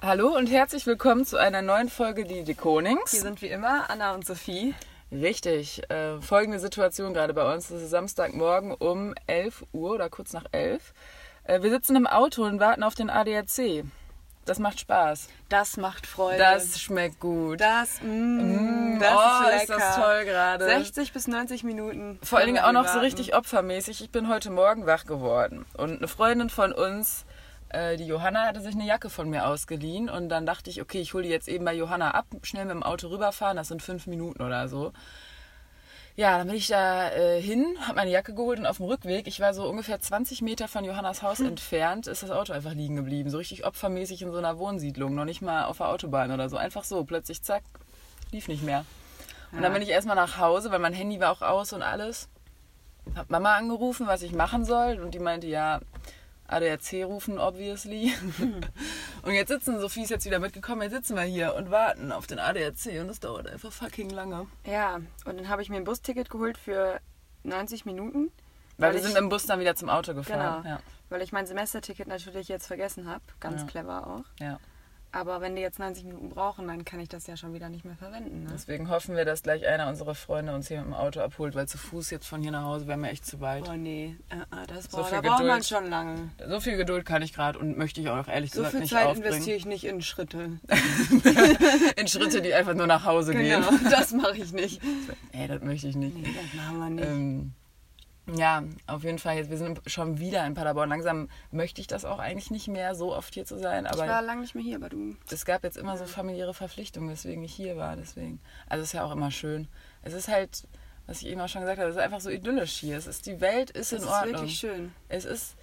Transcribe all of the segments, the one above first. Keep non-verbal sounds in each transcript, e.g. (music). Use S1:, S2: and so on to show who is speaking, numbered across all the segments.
S1: Hallo und herzlich willkommen zu einer neuen Folge Die Dekonings.
S2: Hier sind wie immer Anna und Sophie.
S1: Richtig. Äh, folgende Situation gerade bei uns. Es ist Samstagmorgen um 11 Uhr oder kurz nach 11. Äh, wir sitzen im Auto und warten auf den ADAC. Das macht Spaß.
S2: Das macht Freude.
S1: Das schmeckt gut.
S2: das, mm,
S1: Mm,
S2: das
S1: oh,
S2: ist lecker.
S1: das toll gerade.
S2: 60 bis 90 Minuten.
S1: Vor allen Dingen auch
S2: können wir
S1: noch so
S2: warten.
S1: richtig opfermäßig. Ich bin heute Morgen wach geworden und eine Freundin von uns, äh, die Johanna, hatte sich eine Jacke von mir ausgeliehen und dann dachte ich, okay, ich hole die jetzt eben bei Johanna ab, schnell mit dem Auto rüberfahren, das sind fünf Minuten oder so. Ja, dann bin ich da äh, hin, habe meine Jacke geholt und auf dem Rückweg, ich war so ungefähr 20 Meter von Johannas Haus entfernt, ist das Auto einfach liegen geblieben. So richtig opfermäßig in so einer Wohnsiedlung, noch nicht mal auf der Autobahn oder so. Einfach so, plötzlich zack, lief nicht mehr. Und dann bin ich erstmal nach Hause, weil mein Handy war auch aus und alles. Hab Mama angerufen, was ich machen soll. Und die meinte, ja, ADAC rufen,
S2: (laughs)
S1: obviously. und jetzt sitzen, Sophie ist jetzt wieder mitgekommen, jetzt sitzen wir hier und warten auf den ADAC. Und das dauert einfach fucking lange.
S2: Ja, und dann habe ich mir ein Busticket geholt für 90 Minuten.
S1: Weil, wir
S2: ich-
S1: sind im Bus dann wieder zum Auto gefahren.
S2: Genau.
S1: Ja,
S2: Weil ich mein Semesterticket natürlich jetzt vergessen habe. Ganz
S1: Ja.
S2: clever auch.
S1: ja.
S2: Aber wenn die jetzt 90 Minuten brauchen, dann kann ich das ja schon wieder nicht mehr verwenden. Ne?
S1: Deswegen hoffen wir, dass gleich einer unserer Freunde uns hier mit dem Auto abholt, weil zu Fuß jetzt von hier nach Hause wäre mir echt zu weit.
S2: Oh nee, äh, äh, das
S1: So
S2: braucht,
S1: viel
S2: da braucht man
S1: Geduld.
S2: schon lange.
S1: So viel Geduld kann ich gerade und möchte ich auch ehrlich
S2: So
S1: gesagt
S2: viel
S1: nicht
S2: Zeit investiere
S1: aufbringen.
S2: ich nicht in Schritte.
S1: (laughs) In Schritte, die einfach nur nach Hause
S2: Genau, (laughs)
S1: gehen.
S2: das mache
S1: (laughs)
S2: ich nicht.
S1: Ey, das möchte ich nicht.
S2: Nee, das machen wir nicht.
S1: Ähm, ja, auf jeden Fall. Jetzt, wir sind schon wieder in Paderborn. Langsam möchte ich das auch eigentlich nicht mehr, so oft hier zu sein.
S2: ich war
S1: Aber
S2: lange nicht mehr hier, aber du.
S1: es gab jetzt immer so familiäre Verpflichtungen, weswegen ich hier war. Deswegen. Also es ist ja auch immer schön. Es ist halt, was ich eben auch schon gesagt habe, es ist einfach so idyllisch hier. Es ist, die Welt ist
S2: Das
S1: in
S2: ist
S1: Ordnung.
S2: wirklich schön.
S1: Es ist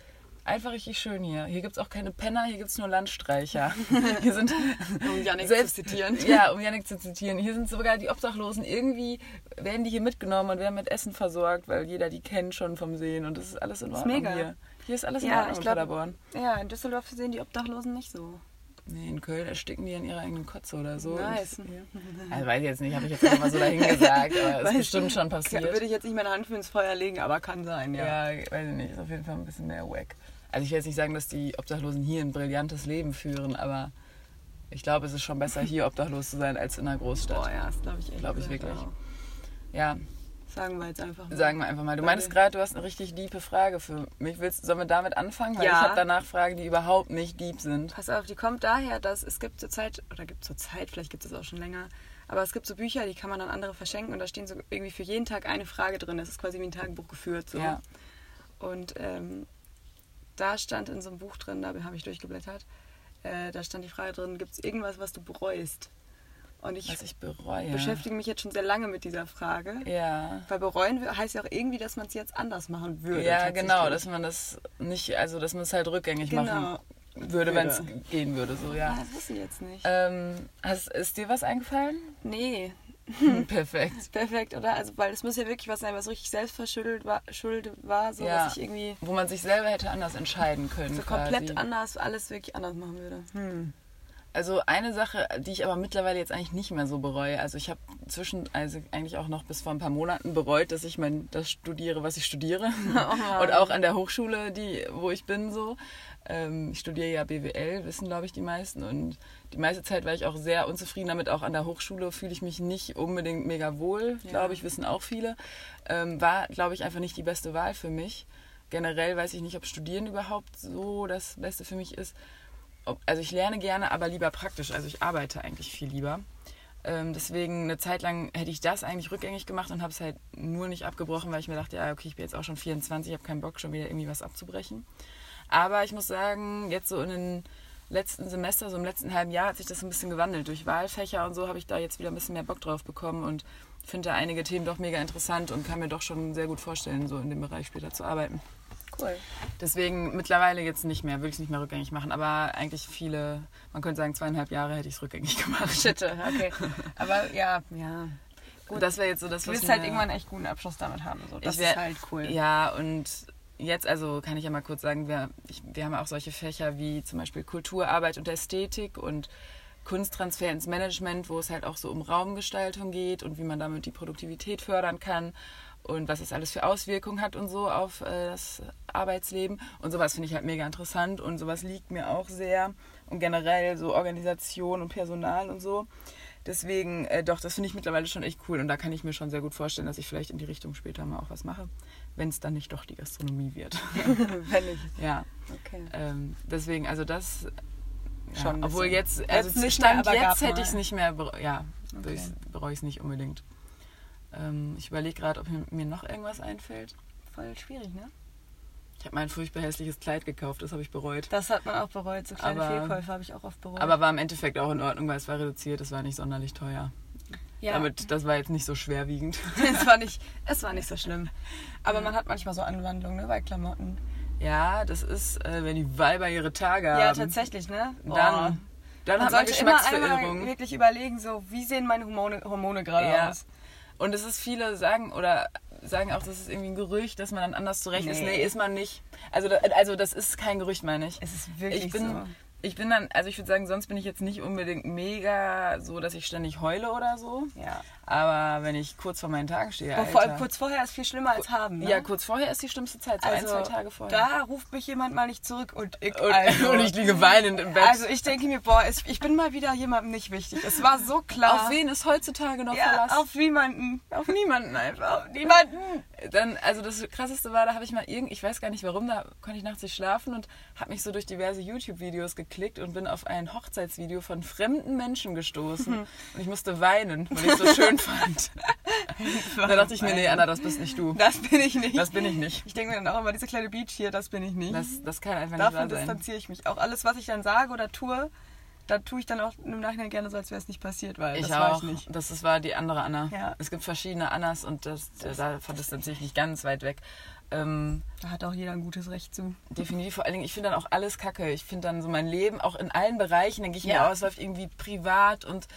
S1: einfach richtig schön hier. Hier gibt es auch keine Penner, hier gibt es nur
S2: (laughs)
S1: Landstreicher. hier sind (laughs)
S2: Um Janik
S1: Selbst-
S2: zu zitieren. (laughs)
S1: Ja, um Janik zu zitieren. Hier sind sogar die Obdachlosen. Irgendwie werden die hier mitgenommen und werden mit Essen versorgt, weil jeder die kennt schon vom Sehen und das ist alles in
S2: Ist
S1: Ordnung
S2: mega.
S1: hier. Hier ist alles in
S2: Ja,
S1: Ordnung
S2: ich
S1: in
S2: glaub-
S1: Paderborn.
S2: Ja, in Düsseldorf sehen die Obdachlosen nicht so.
S1: Nee, in Köln ersticken die in ihrer eigenen Kotze oder so.
S2: Nice. (laughs)
S1: Und- Also weiß ich jetzt nicht, habe ich jetzt einfach mal so dahin gesagt, aber ist
S2: Weiß-
S1: bestimmt schon
S2: Ka-
S1: passiert.
S2: Würde ich jetzt nicht meine Hand für ins Feuer legen, aber kann sein, ja.
S1: Ja, weiß ich nicht, ist auf jeden Fall ein bisschen mehr wack. Also ich will jetzt nicht sagen, dass die Obdachlosen hier ein brillantes Leben führen, aber ich glaube, es ist schon besser, hier obdachlos zu sein, als in einer Großstadt.
S2: Boah, ja, das glaube ich echt.
S1: Glaub ich wirklich. Ja,
S2: Sagen wir jetzt einfach mal.
S1: Sagen wir einfach mal. Du
S2: Äh.
S1: meintest gerade, du hast eine richtig diepe Frage für mich. Willst, sollen wir damit anfangen? Weil
S2: Ja.
S1: ich habe danach Fragen, die überhaupt nicht deep sind.
S2: Pass auf, die kommt daher, dass es gibt zurzeit, oder gibt zurzeit, vielleicht gibt es auch schon länger, aber es gibt so Bücher, die kann man an andere verschenken und da stehen so irgendwie für jeden Tag eine Frage drin. Das ist quasi wie ein Tagebuch geführt. So.
S1: Ja.
S2: Und ähm, da stand in so einem Buch drin, da habe ich durchgeblättert, äh, da stand die Frage drin, gibt es irgendwas, was du bereust? Und ich,
S1: Was ich bereue.
S2: beschäftige mich jetzt schon sehr lange mit dieser Frage.
S1: Ja.
S2: Weil bereuen heißt ja auch irgendwie, dass man es jetzt anders machen würde.
S1: Ja,
S2: tatsächlich.
S1: genau, dass man das nicht, also dass man es halt rückgängig
S2: Genau.
S1: machen würde, wenn es
S2: Würde.
S1: gehen würde, so ja.
S2: Ah, das wissen wir jetzt nicht.
S1: Ähm, hast, ist dir was eingefallen?
S2: Nee,
S1: Hm, Perfekt.
S2: perfekt, oder? Also, weil es muss ja wirklich was sein, was richtig selbstverschuldet war, schuldet war so
S1: Ja.
S2: dass ich irgendwie
S1: Wo man sich selber hätte anders entscheiden können.
S2: so komplett
S1: quasi. Hm,
S2: anders, alles wirklich anders machen würde.
S1: Also eine Sache, die ich aber mittlerweile jetzt eigentlich nicht mehr so bereue. Also ich habe zwischen, also eigentlich auch noch bis vor ein paar Monaten bereut, dass ich mein, das studiere, was ich studiere. Und auch an der Hochschule, die, wo ich bin, so. Ähm, ich studiere ja BWL, wissen glaube ich die meisten. Und die meiste Zeit war ich auch sehr unzufrieden damit. Auch an der Hochschule fühle ich mich nicht unbedingt mega wohl,
S2: Ja.
S1: glaube ich, wissen auch viele. Ähm, war, glaube ich, einfach nicht die beste Wahl für mich. Generell weiß ich nicht, ob Studieren überhaupt so das Beste für mich ist ob- also ich lerne gerne, aber lieber praktisch. Also ich arbeite eigentlich viel lieber. Ähm, deswegen eine Zeit lang hätte ich das eigentlich rückgängig gemacht und habe es halt nur nicht abgebrochen, weil ich mir dachte, ja, okay, ich bin jetzt auch schon 24, ich habe keinen Bock, schon wieder irgendwie was abzubrechen. Aber ich muss sagen, jetzt so in den letzten Semester, so im letzten halben Jahr hat sich das ein bisschen gewandelt. Durch Wahlfächer und so habe ich da jetzt wieder ein bisschen mehr Bock drauf bekommen und finde da einige Themen doch mega interessant und kann mir doch schon sehr gut vorstellen, so in dem Bereich später zu arbeiten.
S2: Cool.
S1: Deswegen mittlerweile jetzt nicht mehr, würde ich es nicht mehr rückgängig machen, aber eigentlich viele, man könnte sagen zweieinhalb Jahre hätte ich es rückgängig (laughs) gemacht.
S2: Schitte, okay. Aber ja, ja. gut.
S1: Das wäre jetzt so das,
S2: Du
S1: was
S2: wirst halt
S1: mir-
S2: irgendwann einen echt guten Abschluss damit haben. So. Das
S1: ich wär,
S2: ist halt cool.
S1: Ja, und jetzt, also kann ich ja mal kurz sagen, wir, ich, wir haben auch solche Fächer wie zum Beispiel Kulturarbeit und Ästhetik und Kunsttransfer ins Management, wo es halt auch so um Raumgestaltung geht und wie man damit die Produktivität fördern kann. und was es alles für Auswirkungen hat und so auf äh, das Arbeitsleben. Und sowas finde ich halt mega interessant und sowas liegt mir auch sehr. Und generell so Organisation und Personal und so. Deswegen, äh, doch, das finde ich mittlerweile schon echt cool und da kann ich mir schon sehr gut vorstellen, dass ich vielleicht in die Richtung später mal auch was mache, wenn es dann nicht doch die Gastronomie wird.
S2: (laughs)
S1: (laughs)
S2: Wenn nicht.
S1: ja,
S2: Okay.
S1: ähm, deswegen, also das ja,
S2: Schon ein
S1: Obwohl
S2: bisschen.
S1: jetzt, also
S2: Jetzt nicht mehr,
S1: Stand
S2: aber
S1: jetzt
S2: gab
S1: hätte ich es
S2: mal.
S1: nicht mehr, bereue- ja,
S2: Okay.
S1: okay. bereue ich es nicht unbedingt. Ähm, ich überlege gerade, ob mir- mir noch irgendwas einfällt.
S2: Voll schwierig, ne?
S1: Ich habe mein furchtbar hässliches Kleid gekauft, das habe ich bereut.
S2: Das hat man auch bereut. So kleine
S1: Aber-
S2: Fehlkäufe habe ich auch oft bereut.
S1: Aber war im Endeffekt auch in Ordnung, weil es war reduziert, es war nicht sonderlich teuer.
S2: ja,
S1: Damit, das war jetzt nicht so schwerwiegend.
S2: (laughs) es, war nicht, es war nicht so schlimm. Aber man hat manchmal so Anwandlungen ne, bei Klamotten.
S1: Ja, das ist, äh, wenn die Weiber ihre Tage
S2: Ja,
S1: haben.
S2: tatsächlich, ne?
S1: ähm, Dann,
S2: Oh.
S1: dann
S2: Man
S1: hat man
S2: sollte immer
S1: Geschmacksverirrung.
S2: einmal wirklich überlegen, so wie sehen meine Hormone, Hormone gerade
S1: Ja.
S2: aus.
S1: Und es ist viele sagen oder sagen auch, das ist irgendwie ein Gerücht, dass man dann anders zurecht ist.
S2: Nee.
S1: Nee, ist man nicht. Also, da- also das ist kein Gerücht, meine ich.
S2: Es ist wirklich
S1: ich bin,
S2: so.
S1: ich bin dann, also ich würde sagen, sonst bin ich jetzt nicht unbedingt mega so, dass ich ständig heule oder so.
S2: Ja.
S1: Aber wenn ich kurz vor meinen Tagen stehe,
S2: Und vor allem
S1: Alter.
S2: kurz vorher ist viel schlimmer als haben. Ne? Also
S1: Ja, kurz vorher ist die schlimmste Zeit, so ein, zwei Tage vorher.
S2: Da ruft mich jemand mal nicht zurück und ich.
S1: und, (laughs)
S2: also,
S1: und ich liege weinend im Bett.
S2: also ich denke mir, boah, es- ich bin mal wieder jemandem nicht wichtig. Es war so klar.
S1: auf wen ist heutzutage noch
S2: Ja,
S1: Verlass?
S2: auf niemanden.
S1: auf niemanden einfach.
S2: Auf niemanden.
S1: dann, also das krasseste war, da habe ich mal irgend, ich weiß gar nicht warum, da konnte ich nachts nicht schlafen und habe mich so durch diverse YouTube-Videos geklickt und bin auf ein Hochzeitsvideo von fremden Menschen gestoßen.
S2: Mhm.
S1: und ich musste weinen, weil ich es so schön
S2: (laughs)
S1: fand. da dachte ich mir, nee, Anna, das bist nicht du.
S2: Das bin ich nicht.
S1: Das bin ich nicht.
S2: Ich denke mir dann auch immer, diese kleine Beach hier, das bin ich nicht.
S1: Das, das kann einfach nicht
S2: Davon
S1: wahr sein.
S2: distanziere ich mich auch. Alles, was ich dann sage oder tue, da tue ich dann auch im Nachhinein gerne so, als wäre es nicht passiert, weil
S1: Ich
S2: das
S1: auch.
S2: war ich nicht.
S1: Das, das war die andere Anna.
S2: Ja.
S1: Es gibt verschiedene Annas und das, äh, davon distanziere ich mich ganz weit weg. Ähm,
S2: Da hat auch jeder ein gutes Recht zu.
S1: Definitiv, vor allen Dingen, ich finde dann auch alles kacke. Ich finde dann so mein Leben, auch in allen Bereichen, denke ich
S2: Ja.
S1: mir, oh, es läuft irgendwie privat und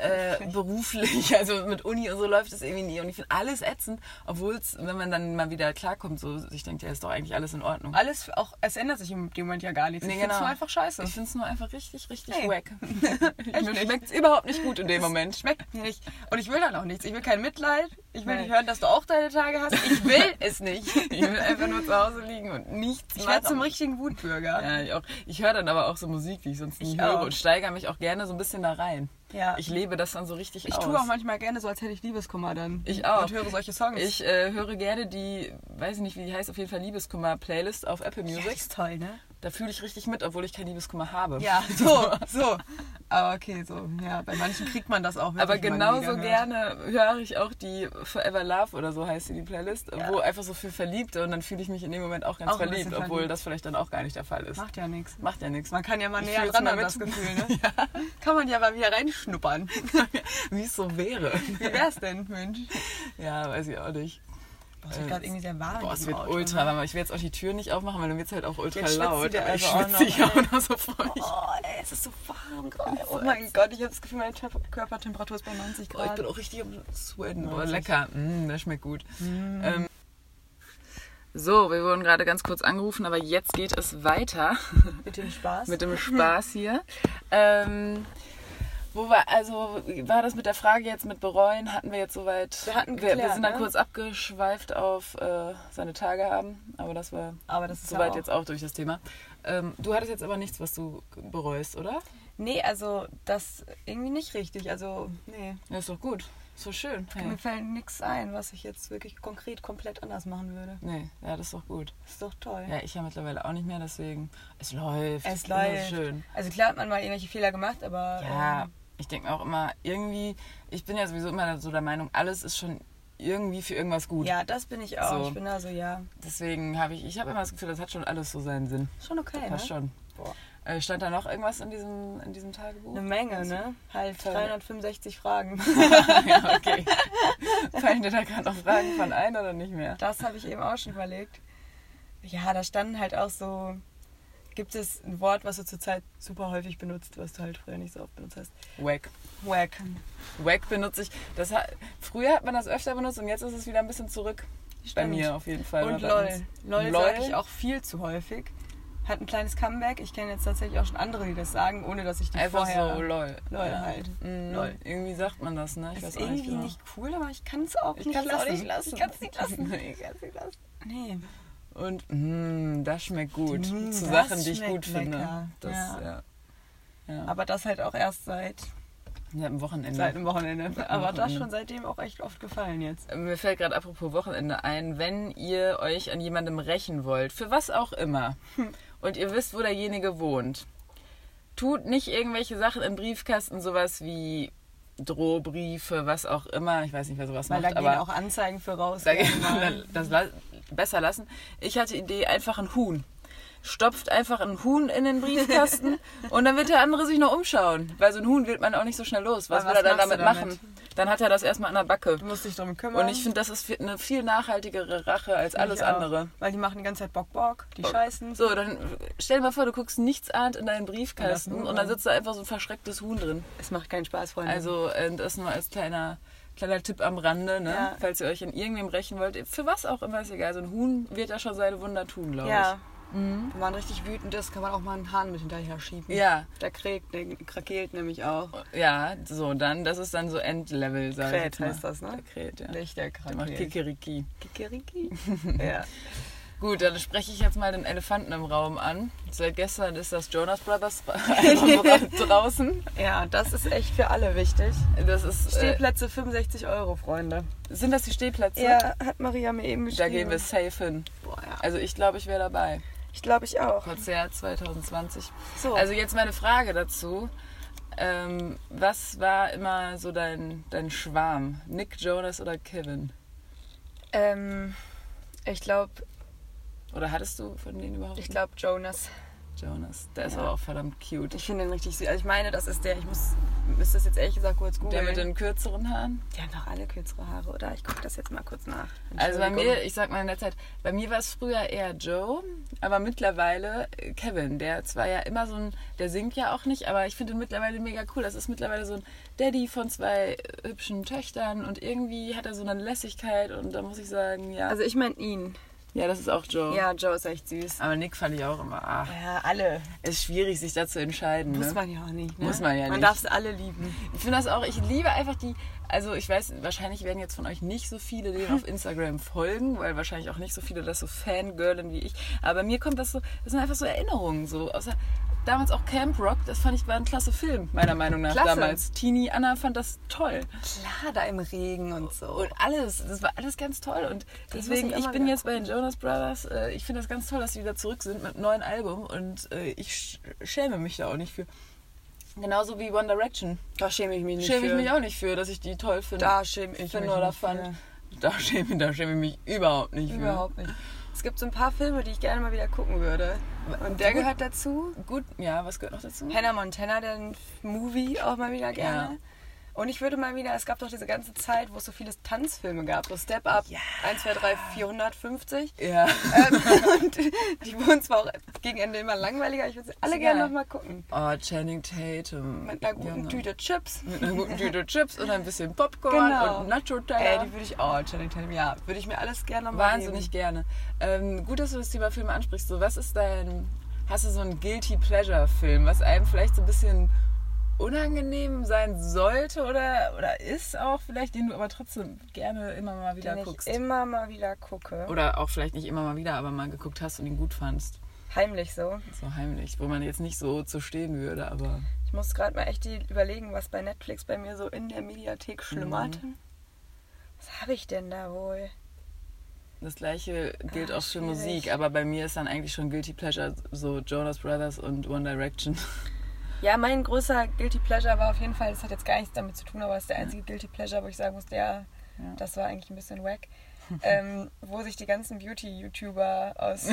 S1: äh, beruflich, (laughs) also mit Uni und so läuft es irgendwie nie. Und ich finde alles ätzend, obwohl es, wenn man dann mal wieder klarkommt, so sich denkt, ja, ist doch eigentlich alles in Ordnung.
S2: Alles, auch, es ändert sich im dem Moment ja gar nichts.
S1: Nee,
S2: ich finde es
S1: genau.
S2: nur einfach scheiße.
S1: Ich finde es nur einfach richtig, richtig (laughs)
S2: Nee.
S1: wack. Mir
S2: nicht.
S1: schmeckt es überhaupt nicht gut in dem Moment.
S2: Schmeckt mir nicht. Und ich will dann auch nichts. Ich will kein Mitleid. Ich will
S1: Nee.
S2: nicht hören, dass du auch deine Tage hast. Ich will es nicht.
S1: (laughs) Ich will einfach nur zu Hause liegen und nichts
S2: Ich
S1: machen.
S2: werde zum richtigen Wutbürger.
S1: ja, ich auch. ich höre dann aber auch so Musik, die ich sonst nie
S2: Ich
S1: höre
S2: auch.
S1: und steigere mich auch gerne so ein bisschen da rein.
S2: Ja.
S1: Ich lebe das dann so richtig
S2: Ich
S1: aus.
S2: tue auch manchmal gerne so, als hätte ich Liebeskummer dann.
S1: Ich auch.
S2: Und höre solche Songs.
S1: Ich äh, höre gerne die, weiß ich nicht, wie die heißt, auf jeden Fall Liebeskummer-Playlist auf Apple
S2: ja,
S1: Music.
S2: die ist toll, ne?
S1: Da fühle ich richtig mit, obwohl ich kein Liebeskummer habe.
S2: Ja, (laughs) so, so. Aber okay, so. Ja, bei manchen kriegt man das auch. wenn
S1: (laughs) Aber
S2: sich mal
S1: genauso
S2: wieder ne? hört.
S1: gerne höre ich auch die Forever Love oder so heißt sie, die Playlist, wo einfach so viel Verliebte und dann fühle ich mich in dem Moment auch ganz
S2: Auch ein
S1: verliebt,
S2: bisschen
S1: obwohl
S2: verliebt.
S1: das vielleicht dann auch gar nicht der Fall ist.
S2: Macht ja nichts.
S1: Macht ja nichts.
S2: Man kann ja mal
S1: Ich
S2: näher
S1: fühl's
S2: dran
S1: mal
S2: an
S1: mit.
S2: das Gefühl, ne? Kann man (laughs) ja mal wieder (laughs) reinschnuppern.
S1: Wie es so
S2: (laughs)
S1: wäre.
S2: Wie wär's denn, Mensch?
S1: Ja, weiß ich auch nicht.
S2: Boah,
S1: wird grad
S2: irgendwie sehr warm.
S1: Boah, es wird ultra warm. aber Ich will jetzt Ah, auch die Tür nicht aufmachen, weil dann wird es halt auch ultra
S2: Jetzt schwitzt
S1: laut.
S2: sie
S1: Aber ich
S2: also auch
S1: schwitze
S2: noch,
S1: hier auch noch äh, so (laughs) feucht.
S2: Oh, ey, es ist so warm gerade. Oh mein Gott, ich habe das Gefühl, meine Tep- Körpertemperatur ist bei 90
S1: Oh, ich
S2: Grad.
S1: bin auch richtig am Sweaten. Boah,
S2: Wahnsinn.
S1: lecker. Mm, das schmeckt gut. Ähm, so, wir wurden gerade ganz kurz angerufen, aber jetzt geht es weiter (laughs)
S2: mit dem Spaß.
S1: mit dem Spaß hier. Ähm, wo war, also war das mit der Frage jetzt mit bereuen? Hatten wir jetzt soweit.
S2: Wir hatten
S1: wir, wir
S2: geklärt,
S1: sind dann
S2: ne?
S1: kurz abgeschweift auf äh, seine Tage haben, aber das war
S2: Aber das ist
S1: soweit
S2: ja auch.
S1: jetzt auch durch das Thema. Ähm, du hattest jetzt aber nichts, was du bereust, oder?
S2: Nee, also das irgendwie nicht richtig. Also, nee.
S1: Ja, ist doch gut. Ist doch schön.
S2: Mir
S1: Hey.
S2: fällt nichts ein, was ich jetzt wirklich konkret komplett anders machen würde.
S1: Nee, ja, das ist doch gut.
S2: Ist doch toll.
S1: Ja, ich ja mittlerweile auch nicht mehr, deswegen. Es läuft.
S2: Es
S1: ist
S2: läuft.
S1: Schön.
S2: Also klar hat man mal irgendwelche Fehler gemacht, aber
S1: Ja,
S2: ähm,
S1: ich denke auch immer, irgendwie, ich bin ja sowieso immer so der Meinung, alles ist schon irgendwie für irgendwas gut.
S2: ja, das bin ich auch.
S1: So.
S2: Ich bin da so, ja,
S1: Deswegen habe ich, ich habe immer das Gefühl, das hat schon alles so seinen Sinn.
S2: schon okay.
S1: Passt
S2: Ne?
S1: schon.
S2: Boah.
S1: Äh, stand da noch irgendwas in diesem, in diesem Tagebuch?
S2: Eine Menge,
S1: Also
S2: ne? Halt
S1: Toll.
S2: 365 Fragen.
S1: (laughs) ja, okay. Fallen dir da gerade noch Fragen von ein oder nicht mehr?
S2: Das habe ich eben auch schon überlegt. Ja, da standen halt auch so. Gibt es ein Wort, was du zurzeit super häufig benutzt, was du halt früher nicht so oft benutzt hast?
S1: Wack.
S2: Whack.
S1: Wack benutze ich. Das hat, früher hat man das öfter benutzt und jetzt ist es wieder ein bisschen zurück. Bei
S2: Stimmt.
S1: mir auf jeden Fall.
S2: Und
S1: oder bei
S2: LOL.
S1: uns.
S2: LOL,
S1: LOL.
S2: sage ich auch viel zu häufig. hat ein kleines Comeback. Ich kenne jetzt tatsächlich auch schon andere, die das sagen, ohne dass ich die
S1: Einfach
S2: vorher...
S1: so, lol.
S2: Lol
S1: Ja.
S2: halt.
S1: Mhm.
S2: Lol.
S1: Irgendwie sagt man das, ne? Ich weiß
S2: Das ist
S1: auch nicht
S2: irgendwie
S1: genau.
S2: nicht cool, aber ich kann es auch,
S1: Ich
S2: nicht
S1: kann's
S2: lassen.
S1: auch nicht lassen.
S2: Ich kann es nicht lassen.
S1: Nee, (laughs) ich kann's nicht lassen.
S2: Nee.
S1: Und mh, das schmeckt gut.
S2: Mm,
S1: Zu
S2: das
S1: Sachen, die ich
S2: schmeckt
S1: gut finde.
S2: lecker.
S1: Das,
S2: Ja.
S1: ja. Ja.
S2: Aber das halt auch erst seit,
S1: ja, am Wochenende.
S2: seit dem Wochenende. Aber das
S1: Wochenende.
S2: schon seitdem auch echt oft gefallen jetzt.
S1: Mir fällt gerade apropos Wochenende ein, wenn ihr euch an jemandem rächen wollt, für was auch immer,
S2: Hm.
S1: und ihr wisst, wo derjenige wohnt, tut nicht irgendwelche Sachen im Briefkasten, sowas wie Drohbriefe, was auch immer. Ich weiß nicht, wer sowas
S2: Weil da
S1: macht,
S2: gehen
S1: aber
S2: auch Anzeigen für raus.
S1: da
S2: gerne
S1: (laughs)
S2: mal.
S1: geht, das la besser lassen. Ich hatte die Idee, einfach ein Huhn. Stopft einfach ein Huhn in den
S2: (laughs)
S1: Briefkasten und dann wird der andere sich noch umschauen. Weil so ein Huhn wird man auch nicht so schnell los. Was
S2: Aber
S1: will er dann
S2: was machst du
S1: damit,
S2: damit?
S1: machen? Dann hat er das erstmal an der Backe.
S2: Du musst dich drum kümmern.
S1: Und ich finde, das ist eine viel nachhaltigere Rache als alles
S2: Ich auch.
S1: andere. Oh.
S2: Weil die machen die ganze Zeit Bock Bock, die scheißen.
S1: So, dann stell dir mal vor, du guckst nichts ahnt in deinen
S2: Ja, das
S1: Briefkasten
S2: Huhn
S1: und dann
S2: drin.
S1: sitzt da einfach so ein verschrecktes Huhn drin.
S2: Es macht keinen Spaß, Freunde.
S1: Also äh, das nur als kleiner, kleiner Tipp am Rande, ne?
S2: Ja.
S1: falls ihr euch in irgendwem rächen wollt. Für was auch immer, ist egal. So ein Huhn wird ja schon seine Wunder tun, glaube
S2: ja. Mhm. Wenn man richtig wütend ist, kann man auch mal einen Hahn mit hinterher schieben.
S1: ich. Ja.
S2: Der kriegt, der krakeelt nämlich auch.
S1: Ja, so, dann, das ist dann so Endlevel, sag ich
S2: Kräht
S1: jetzt mal.
S2: heißt das, ne?
S1: Der Kret, ja. Der
S2: Nicht der
S1: macht
S2: krakeelt.
S1: Kikeriki.
S2: Kikeriki.
S1: (laughs)
S2: ja.
S1: Gut, dann spreche ich jetzt mal den Elefanten im Raum an. Seit gestern ist das Jonas Brothers
S2: (laughs)
S1: Album (laughs) draußen.
S2: ja, das ist echt für alle wichtig.
S1: Das ist, äh,
S2: Stehplätze 65 Euro, Freunde.
S1: sind das die Stehplätze?
S2: Ja, hat Maria mir eben
S1: Da
S2: geschrieben.
S1: gehen wir safe hin.
S2: Boah, ja.
S1: Also ich glaube, ich wäre dabei.
S2: Ich glaube, ich auch.
S1: Konzert 2020.
S2: So.
S1: Also jetzt meine Frage dazu. Ähm, was war immer so dein, dein Schwarm? Nick Jonas oder Kevin?
S2: ähm, ich glaube,
S1: Oder hattest du von denen überhaupt
S2: ich glaube Jonas.
S1: Jonas? Der ist
S2: Ja.
S1: aber auch verdammt cute.
S2: Ich finde den richtig süß. Also ich meine, das ist der, ich muss, müsste das jetzt ehrlich gesagt kurz googeln.
S1: Der mit den kürzeren Haaren?
S2: Die haben doch alle kürzere Haare, oder? Ich gucke das jetzt mal kurz nach.
S1: Also bei
S2: Entschuldigung.
S1: mir, ich sag mal in der Zeit, bei mir war es früher eher Joe, aber mittlerweile äh, Kevin, der zwar ja immer so ein, der singt ja auch nicht, aber ich finde ihn mittlerweile mega cool. Das ist mittlerweile so ein Daddy von zwei äh, hübschen Töchtern und irgendwie hat er so eine Lässigkeit und da muss ich sagen, ja.
S2: Also ich meine ihn.
S1: ja, das ist auch Joe.
S2: Ja, Joe ist echt süß.
S1: Aber Nick fand ich auch immer, ach,
S2: Ja, alle.
S1: ist schwierig, sich da zu entscheiden.
S2: Muss
S1: ne?
S2: man ja auch nicht. Ne?
S1: Muss man ja
S2: Man
S1: nicht.
S2: darf es alle lieben.
S1: Ich finde das auch, ich liebe einfach die, also ich weiß, wahrscheinlich werden jetzt von euch nicht so viele denen auf
S2: (laughs)
S1: Instagram folgen, weil wahrscheinlich auch nicht so viele das so fangirlen wie ich. Aber bei mir kommt das so, das sind einfach so Erinnerungen so. Außer, damals auch Camp Rock, das fand ich, war ein klasse Film, meiner Meinung nach
S2: Klasse.
S1: damals. Tini, Anna fand das toll.
S2: Klar, da im Regen und so.
S1: Und alles, das war alles ganz toll. Und deswegen,
S2: ich
S1: ich
S2: immer
S1: bin
S2: wieder
S1: jetzt bei den Jonas Brothers, äh, ich finde das ganz toll, dass sie wieder zurück sind mit einem neuen Album und äh, ich sch schäme mich da auch nicht für. Genauso wie One Direction
S2: Da schäme ich mich nicht
S1: schäme ich
S2: für.
S1: mich auch nicht für, dass ich die toll finde.
S2: Da schäme ich
S1: finde
S2: mich
S1: oder
S2: nicht
S1: fand. Da schäme, da schäme ich mich überhaupt nicht für.
S2: Überhaupt nicht. Es gibt so ein paar Filme, die ich gerne mal wieder gucken würde. Und der
S1: Gut.
S2: gehört dazu.
S1: Gut, ja, was gehört noch dazu?
S2: Hannah Montana, den Movie auch mal wieder gerne.
S1: Ja.
S2: Und ich würde mal wieder, es gab doch diese ganze Zeit, wo es so viele Tanzfilme gab. So Step Up, 1, 2, 3, 450.
S1: Ja.
S2: Ähm, (laughs) und die wurden zwar auch gegen Ende immer langweiliger. Ich würde sie alle
S1: Ist
S2: gerne
S1: egal. ne.
S2: nochmal gucken.
S1: Oh, Channing Tatum.
S2: Mit einer guten
S1: Junge.
S2: Tüte Chips.
S1: Mit einer guten Tüte Chips und ein bisschen Popcorn
S2: Genau.
S1: und nacho
S2: Ey,
S1: teller
S2: die würde ich auch, Channing Tatum, ja, würde ich mir alles gerne nochmal
S1: Wahnsinnig gerne. Ähm, gut, dass du das Thema Filme ansprichst. So, was ist dein. Hast du so einen Guilty Pleasure-Film, was einem vielleicht so ein bisschen unangenehm sein sollte oder, oder ist auch vielleicht, den du aber trotzdem gerne immer mal wieder
S2: Den ich
S1: guckst?
S2: immer mal wieder gucke.
S1: Oder auch vielleicht nicht immer mal wieder, aber mal geguckt hast und ihn gut fandst.
S2: Heimlich so.
S1: So heimlich, wo man jetzt nicht so zu stehen würde, aber.
S2: Ich muss gerade mal echt die- überlegen, was bei Netflix bei mir so in der Mediathek schlummert.
S1: Mhm.
S2: Was habe ich denn da wohl?
S1: Das gleiche gilt
S2: Ah,
S1: auch für
S2: schwierig.
S1: Musik, aber bei mir ist dann eigentlich schon Guilty Pleasure so Jonas Brothers und One Direction.
S2: Ja, mein größer Guilty Pleasure war auf jeden Fall, das hat jetzt gar nichts damit zu tun, aber es ist der einzige Guilty Pleasure, wo ich sagen muss, ja,
S1: Ja.
S2: das war eigentlich ein bisschen wack.
S1: (laughs)
S2: ähm, wo sich die ganzen Beauty-YouTuber
S1: (laughs)
S2: aus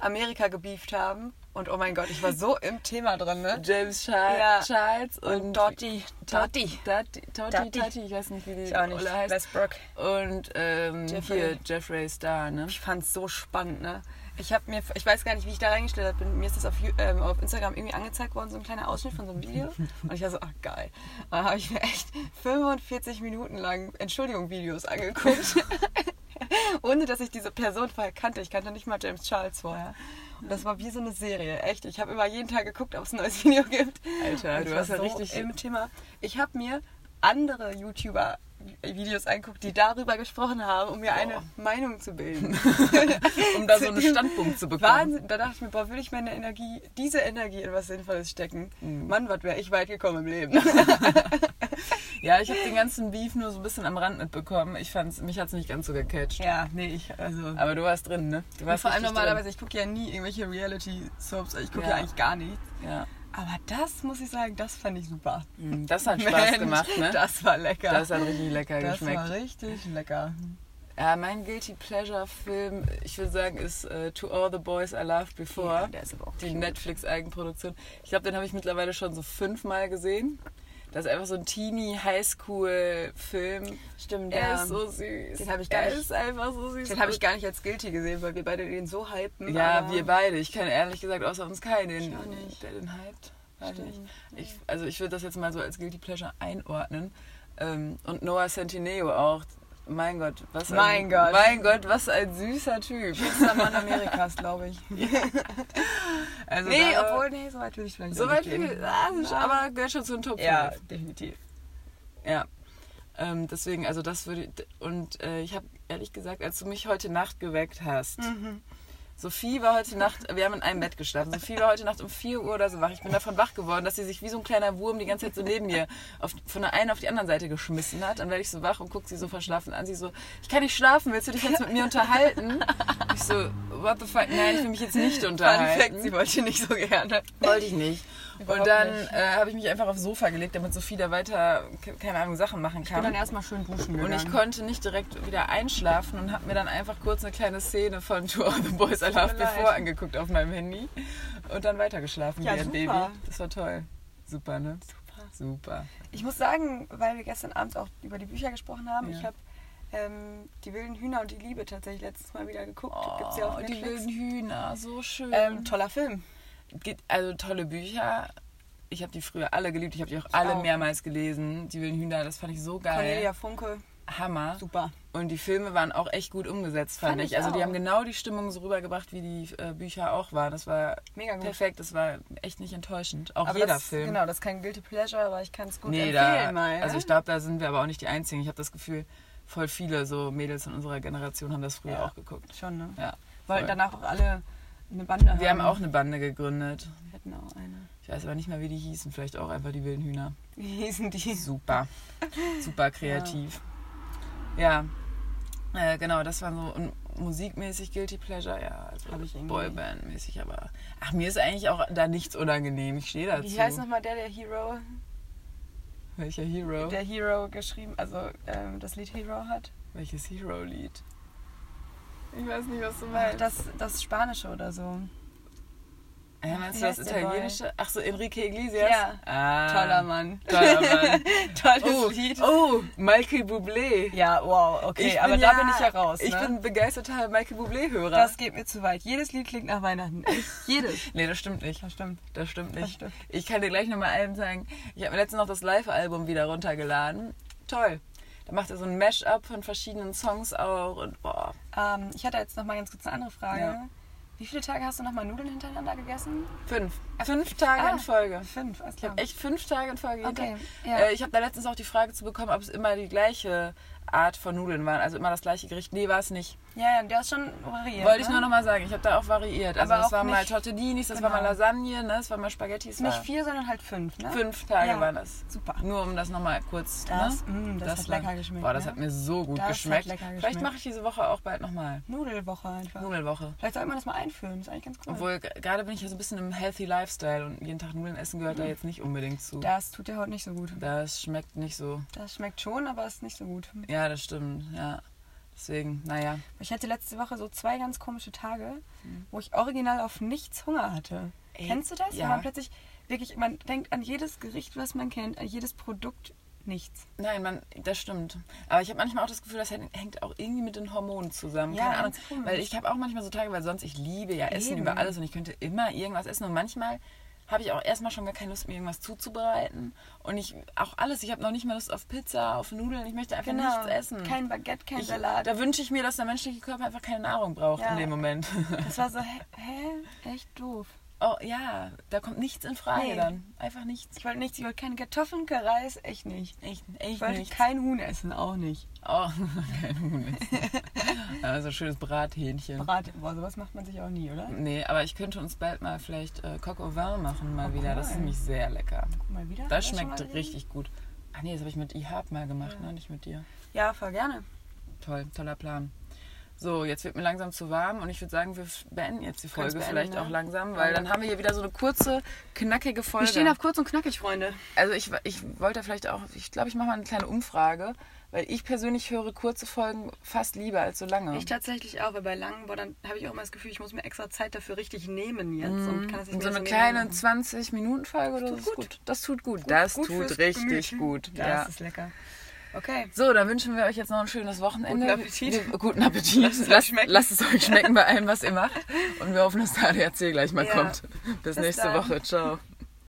S2: Amerika gebieft haben. Und oh mein Gott, ich war so im Thema drin, ne?
S1: (laughs) James Char
S2: Ja.
S1: Charles und,
S2: Und Dottie.
S1: Totti. Totti. Totti,
S2: Totti.
S1: Totti, ich weiß nicht, wie die
S2: Ich auch nicht.
S1: Olle heißt.
S2: Westbrook.
S1: Und ähm,
S2: Jeffrey.
S1: hier Jeffrey Star, ne?
S2: Ich fand's so spannend, ne? Ich habe mir, ich weiß gar nicht, wie ich da reingestellt bin. Mir ist das auf, Ju- ähm, auf Instagram irgendwie angezeigt worden, so ein kleiner Ausschnitt von so einem Video. Und ich war so, ach geil. Und dann habe ich mir echt 45 Minuten lang Entschuldigung-Videos (laughs) angeguckt. Ohne dass ich diese Person vorher kannte. Ich kannte nicht mal James Charles vorher. Und das war wie so eine Serie, echt. Ich habe immer jeden Tag geguckt, ob es ein neues (laughs) Video gibt.
S1: Alter,
S2: Und ich
S1: du
S2: war
S1: hast ja
S2: so
S1: richtig.
S2: im Thema. Ich habe mir andere YouTuber Videos anguckt, die darüber gesprochen haben, um mir eine Meinung zu bilden.
S1: (laughs) um da so
S2: (laughs)
S1: einen Standpunkt zu bekommen.
S2: Wahnsinn. Da dachte ich mir, boah, will ich meine Energie, diese Energie in was Sinnvolles stecken?
S1: Mhm.
S2: Mann, was wäre ich weit gekommen im Leben.
S1: (laughs) Ja, ich habe den ganzen Beef nur so ein bisschen am Rand mitbekommen. Ich fand's, mich hat's nicht ganz so gecatcht.
S2: ja, nee, ich, also.
S1: Aber du warst drin, ne? Du warst
S2: vor allem
S1: richtig
S2: normalerweise, ich gucke ja nie irgendwelche Reality-Soaps, ich gucke ja.
S1: Ja.
S2: eigentlich gar nichts.
S1: Drin. Ja.
S2: Aber das muss ich sagen, das fand ich super.
S1: Hm, Das
S2: (laughs)
S1: hat Spaß
S2: Mensch,
S1: gemacht, ne?
S2: Das war lecker.
S1: Das hat richtig lecker
S2: Das
S1: geschmeckt.
S2: war richtig lecker.
S1: Ja, mein Guilty Pleasure Film, ich würde sagen, ist äh, To All the Boys I Loved Before.
S2: Ja, der ist aber auch
S1: die
S2: cute.
S1: Netflix-Eigenproduktion. Ich glaube, den habe ich mittlerweile schon so fünfmal gesehen. Das ist einfach so ein Teenie-Highschool-Film.
S2: Stimmt,
S1: Er
S2: ja.
S1: ist so süß.
S2: Den habe ich gar
S1: er
S2: nicht-
S1: ist einfach so süß.
S2: Den habe ich gar nicht als guilty gesehen, weil wir beide den so hypen.
S1: Ja,
S2: aber-
S1: wir beide. Ich kenne ehrlich gesagt außer uns keinen, den,
S2: Ich auch nicht.
S1: der den hypt. Weiß
S2: Stimmt,
S1: nicht. Ich, also ich würde das jetzt mal so als Guilty Pleasure einordnen. Ähm, und Noah Centineo auch. Mein Gott, was ein,
S2: Mein Gott.
S1: Mein Gott, was ein süßer Typ.
S2: Schönster Mann Amerikas, (laughs) glaube ich.
S1: Also
S2: nee,
S1: da-
S2: obwohl, nee, so weit will ich vielleicht
S1: So
S2: noch nicht
S1: weit
S2: gehen.
S1: wie, ah, das ist- aber gehört schon zu den Top 5.
S2: Ja, definitiv.
S1: Ja. Ähm, deswegen, also das würde. Und äh, ich habe ehrlich gesagt, als du mich heute Nacht geweckt hast,
S2: Mhm.
S1: Sophie war heute Nacht, wir haben in einem Bett geschlafen, Sophie war heute Nacht um 4 Uhr oder so wach. Ich bin davon wach geworden, dass sie sich wie so ein kleiner Wurm die ganze Zeit so neben mir auf, von der einen auf die anderen Seite geschmissen hat. Dann werde ich so wach und gucke sie so verschlafen an. Sie so, ich kann nicht schlafen, willst du dich jetzt mit mir unterhalten? Ich so, what the fuck? Nein, ich will mich jetzt nicht
S2: Fun
S1: unterhalten.
S2: Fact, sie wollte nicht so gerne.
S1: Wollte ich nicht.
S2: Überhaupt
S1: und dann
S2: nicht.
S1: äh, habe ich mich einfach aufs Sofa gelegt, damit Sophie da weiter, ke- keine Ahnung, Sachen machen
S2: Ich bin dann
S1: kann.
S2: erstmal schön duschen
S1: Und
S2: gegangen.
S1: ich konnte nicht direkt wieder einschlafen und habe mir dann einfach kurz eine kleine Szene von Tour of the Boys I Love
S2: mir leid.
S1: Before angeguckt auf meinem Handy und dann weitergeschlafen
S2: Ja,
S1: wie ein
S2: super.
S1: Baby. Das war toll. Super, ne? Super. Super.
S2: Ich muss sagen, weil wir gestern Abend auch über die Bücher gesprochen haben,
S1: Ja.
S2: ich habe ähm, Die wilden Hühner und die Liebe tatsächlich letztes Mal wieder geguckt. Gibt's ja auf
S1: Oh, die
S2: Netflix.
S1: wilden Hühner, so schön.
S2: Ähm, toller Film.
S1: Geht- also tolle Bücher. Ich habe die früher alle geliebt. Ich habe die auch alle
S2: auch.
S1: mehrmals gelesen. Die wilden Hühner, das fand ich so geil.
S2: Cornelia Funke,
S1: Hammer.
S2: super.
S1: Und die Filme waren auch echt gut umgesetzt, fand,
S2: Fand
S1: ich.
S2: ich
S1: Also die
S2: auch.
S1: haben genau die Stimmung so rübergebracht, wie die äh, Bücher auch waren. Das war
S2: Mega gut.
S1: perfekt, das war echt nicht enttäuschend. Auch jeder
S2: das,
S1: Film.
S2: Genau, das ist kein Guilty Pleasure, aber ich kann es gut
S1: nee,
S2: empfehlen
S1: da,
S2: mal. ne?
S1: Also ich glaube, da sind wir aber auch nicht die Einzigen. Ich habe das Gefühl, voll viele so Mädels in unserer Generation haben das früher
S2: Ja.
S1: auch geguckt.
S2: Schon, ne?
S1: Ja.
S2: Wollten
S1: voll.
S2: danach auch alle eine Bande haben.
S1: Wir haben auch eine Bande gegründet.
S2: Wir hatten auch eine.
S1: Ich weiß aber nicht mehr, wie die hießen. Vielleicht auch einfach die wilden Hühner.
S2: Wie hießen die? (laughs)
S1: Super. Super kreativ. Ja. Äh, genau, das war so und musikmäßig Guilty Pleasure, ja. Also
S2: Hab ich irgendwie
S1: Boyband-mäßig, aber. Ach, mir ist eigentlich auch da nichts unangenehm. Ich stehe dazu.
S2: Wie heißt nochmal der, der Hero,
S1: Welcher Hero?
S2: der Hero geschrieben, also ähm, das Lied Hero hat?
S1: Welches Hero-Lied? Ich weiß nicht, was du
S2: Ach,
S1: meinst.
S2: das, das Spanische oder so.
S1: Äh, meinst
S2: wie
S1: du das
S2: heißt der Boy?
S1: Italienische? Ach so, Enrique Iglesias?
S2: Ja.
S1: Ah.
S2: Toller Mann.
S1: Toller (laughs) Mann.
S2: Tolles
S1: oh,
S2: Lied.
S1: oh, Michael Bublé.
S2: Ja, wow, okay,
S1: Ich
S2: aber
S1: bin
S2: da
S1: ja-
S2: bin ich ja raus.
S1: Ich
S2: ne?
S1: bin begeisterter Michael Bublé-Hörer.
S2: das geht mir zu weit. Jedes Lied klingt nach Weihnachten. Echt, Jedes.
S1: nee, das stimmt nicht.
S2: Das stimmt.
S1: Das stimmt nicht.
S2: Das stimmt.
S1: Ich kann dir gleich nochmal allen sagen, ich habe mir letztens noch das Live-Album wieder runtergeladen. Toll. Da macht er so ein Mash-up von verschiedenen Songs auch und boah.
S2: (laughs) Ähm, ich hatte jetzt noch mal ganz kurz eine andere Frage.
S1: Ja.
S2: Wie viele Tage hast du noch mal Nudeln hintereinander gegessen?
S1: Fünf. Fünf Tage
S2: Ah.
S1: in Folge.
S2: Fünf, alles
S1: Ich habe echt fünf Tage in Folge. jeden
S2: Ah. Okay,
S1: Tag.
S2: ja.
S1: Äh, ich habe da letztens auch die Frage zu bekommen, ob es immer die gleiche Art von Nudeln waren, also immer das gleiche Gericht. Nee, war es nicht.
S2: Ja, ja, der ist schon variiert.
S1: Wollte ich
S2: ne?
S1: nur nochmal sagen, ich habe da auch variiert. Also
S2: Aber
S1: es
S2: auch
S1: waren mal
S2: nicht-
S1: Tortellinis, das war mal
S2: genau.
S1: Lasagne, ne? es waren mal Spaghetti, es war
S2: Nicht vier, sondern halt fünf, ne?
S1: fünf Tage
S2: Ja.
S1: waren das.
S2: Super.
S1: Nur um das nochmal kurz.
S2: Das-
S1: ne?
S2: mm, das hat lecker geschmeckt,
S1: Boah, das
S2: ne?
S1: hat mir so gut
S2: Das hat
S1: geschmeckt.
S2: lecker
S1: Vielleicht
S2: geschmeckt.
S1: mache ich diese Woche auch bald nochmal.
S2: Nudelwoche einfach.
S1: Nudelwoche.
S2: Vielleicht sollte man das mal einführen, ist eigentlich ganz cool.
S1: Obwohl, g- gerade bin ich ja so ein bisschen im Healthy Lifestyle und jeden Tag Nudeln essen gehört da
S2: Mhm.
S1: jetzt nicht unbedingt zu.
S2: das tut der Haut nicht so gut.
S1: Das schmeckt nicht so.
S2: Das schmeckt schon, aber ist nicht so gut.
S1: Ja, das stimmt, ja. Deswegen, naja.
S2: Ich hatte letzte Woche so zwei ganz komische Tage, wo ich original auf nichts Hunger hatte.
S1: Ey,
S2: Kennst du das?
S1: ja.
S2: Wenn man plötzlich wirklich, man denkt an jedes Gericht, was man kennt, an jedes Produkt nichts.
S1: Nein, man, das stimmt. Aber ich habe manchmal auch das Gefühl, das hängt- hängt auch irgendwie mit den Hormonen zusammen.
S2: Ja,
S1: Keine Ahnung.
S2: ganz komisch.
S1: Weil ich habe auch manchmal so Tage, weil sonst ich liebe ja Essen
S2: Eben.
S1: über alles und ich könnte immer irgendwas essen. Und manchmal habe ich auch erstmal schon gar keine Lust, mir irgendwas zuzubereiten. Und ich, auch alles, ich habe noch nicht mal Lust auf Pizza, auf Nudeln, ich möchte einfach nichts essen.
S2: Genau. Kein Baguette, kein
S1: ich,
S2: Salat.
S1: da wünsche ich mir, dass der menschliche Körper einfach keine Nahrung braucht
S2: Ja.
S1: in dem Moment. (laughs)
S2: Das war so, hä? hä? Echt doof.
S1: oh ja, da kommt nichts in Frage
S2: Nee.
S1: dann. Einfach nichts.
S2: Ich wollte nichts, ich wollte keine Kartoffeln, kein Reis, echt nicht.
S1: Echt,
S2: Ich
S1: echt
S2: wollte
S1: nichts.
S2: kein Huhn essen, auch nicht.
S1: Oh, (laughs) kein Huhn. essen. Also schönes Brathähnchen.
S2: Brat, boah, sowas macht man sich auch nie, oder?
S1: Nee, aber ich könnte uns bald mal vielleicht äh, Coq au Vin machen, mal wieder. Das ist
S2: cool.
S1: nämlich sehr lecker.
S2: Guck mal wieder.
S1: Das
S2: Hast du schon
S1: schmeckt
S2: mal gesehen?
S1: richtig gut. Ah nee, das habe ich mit Ihab mal gemacht, ne? nicht mit dir.
S2: Ja, voll gerne.
S1: Toll, toller Plan. So, jetzt wird mir langsam zu warm und ich würde sagen, wir f- beenden jetzt die Folge
S2: Kannst beenden,
S1: vielleicht
S2: ne?
S1: auch langsam, weil dann haben wir hier wieder so eine kurze, knackige Folge.
S2: Wir stehen auf kurz und knackig, Freunde.
S1: also ich, ich wollte vielleicht auch, ich glaube, ich mache mal eine kleine Umfrage, weil ich persönlich höre kurze Folgen fast lieber als so lange.
S2: Ich tatsächlich auch, weil bei langen, boah, dann habe ich auch immer das Gefühl, ich muss mir extra Zeit dafür richtig nehmen jetzt. Und kann es nicht
S1: Und Mhm. so eine
S2: mehr nebenher
S1: kleine
S2: machen.
S1: 20-Minuten-Folge oder so.
S2: tut
S1: ist
S2: gut.
S1: gut. Das tut gut. das
S2: Gut
S1: tut
S2: fürs
S1: richtig
S2: Gemüt.
S1: gut.
S2: Das
S1: Ja.
S2: ist lecker. Okay.
S1: So, dann wünschen wir euch jetzt noch ein schönes Wochenende.
S2: Guten Appetit.
S1: Wir- Guten Appetit.
S2: Lasst es euch
S1: Lasst,
S2: schmecken.
S1: lasst es euch schmecken bei allem, was ihr macht. Und wir hoffen, dass der ADAC gleich mal
S2: Ja.
S1: kommt. Bis,
S2: Bis
S1: nächste
S2: dann.
S1: Woche. Ciao.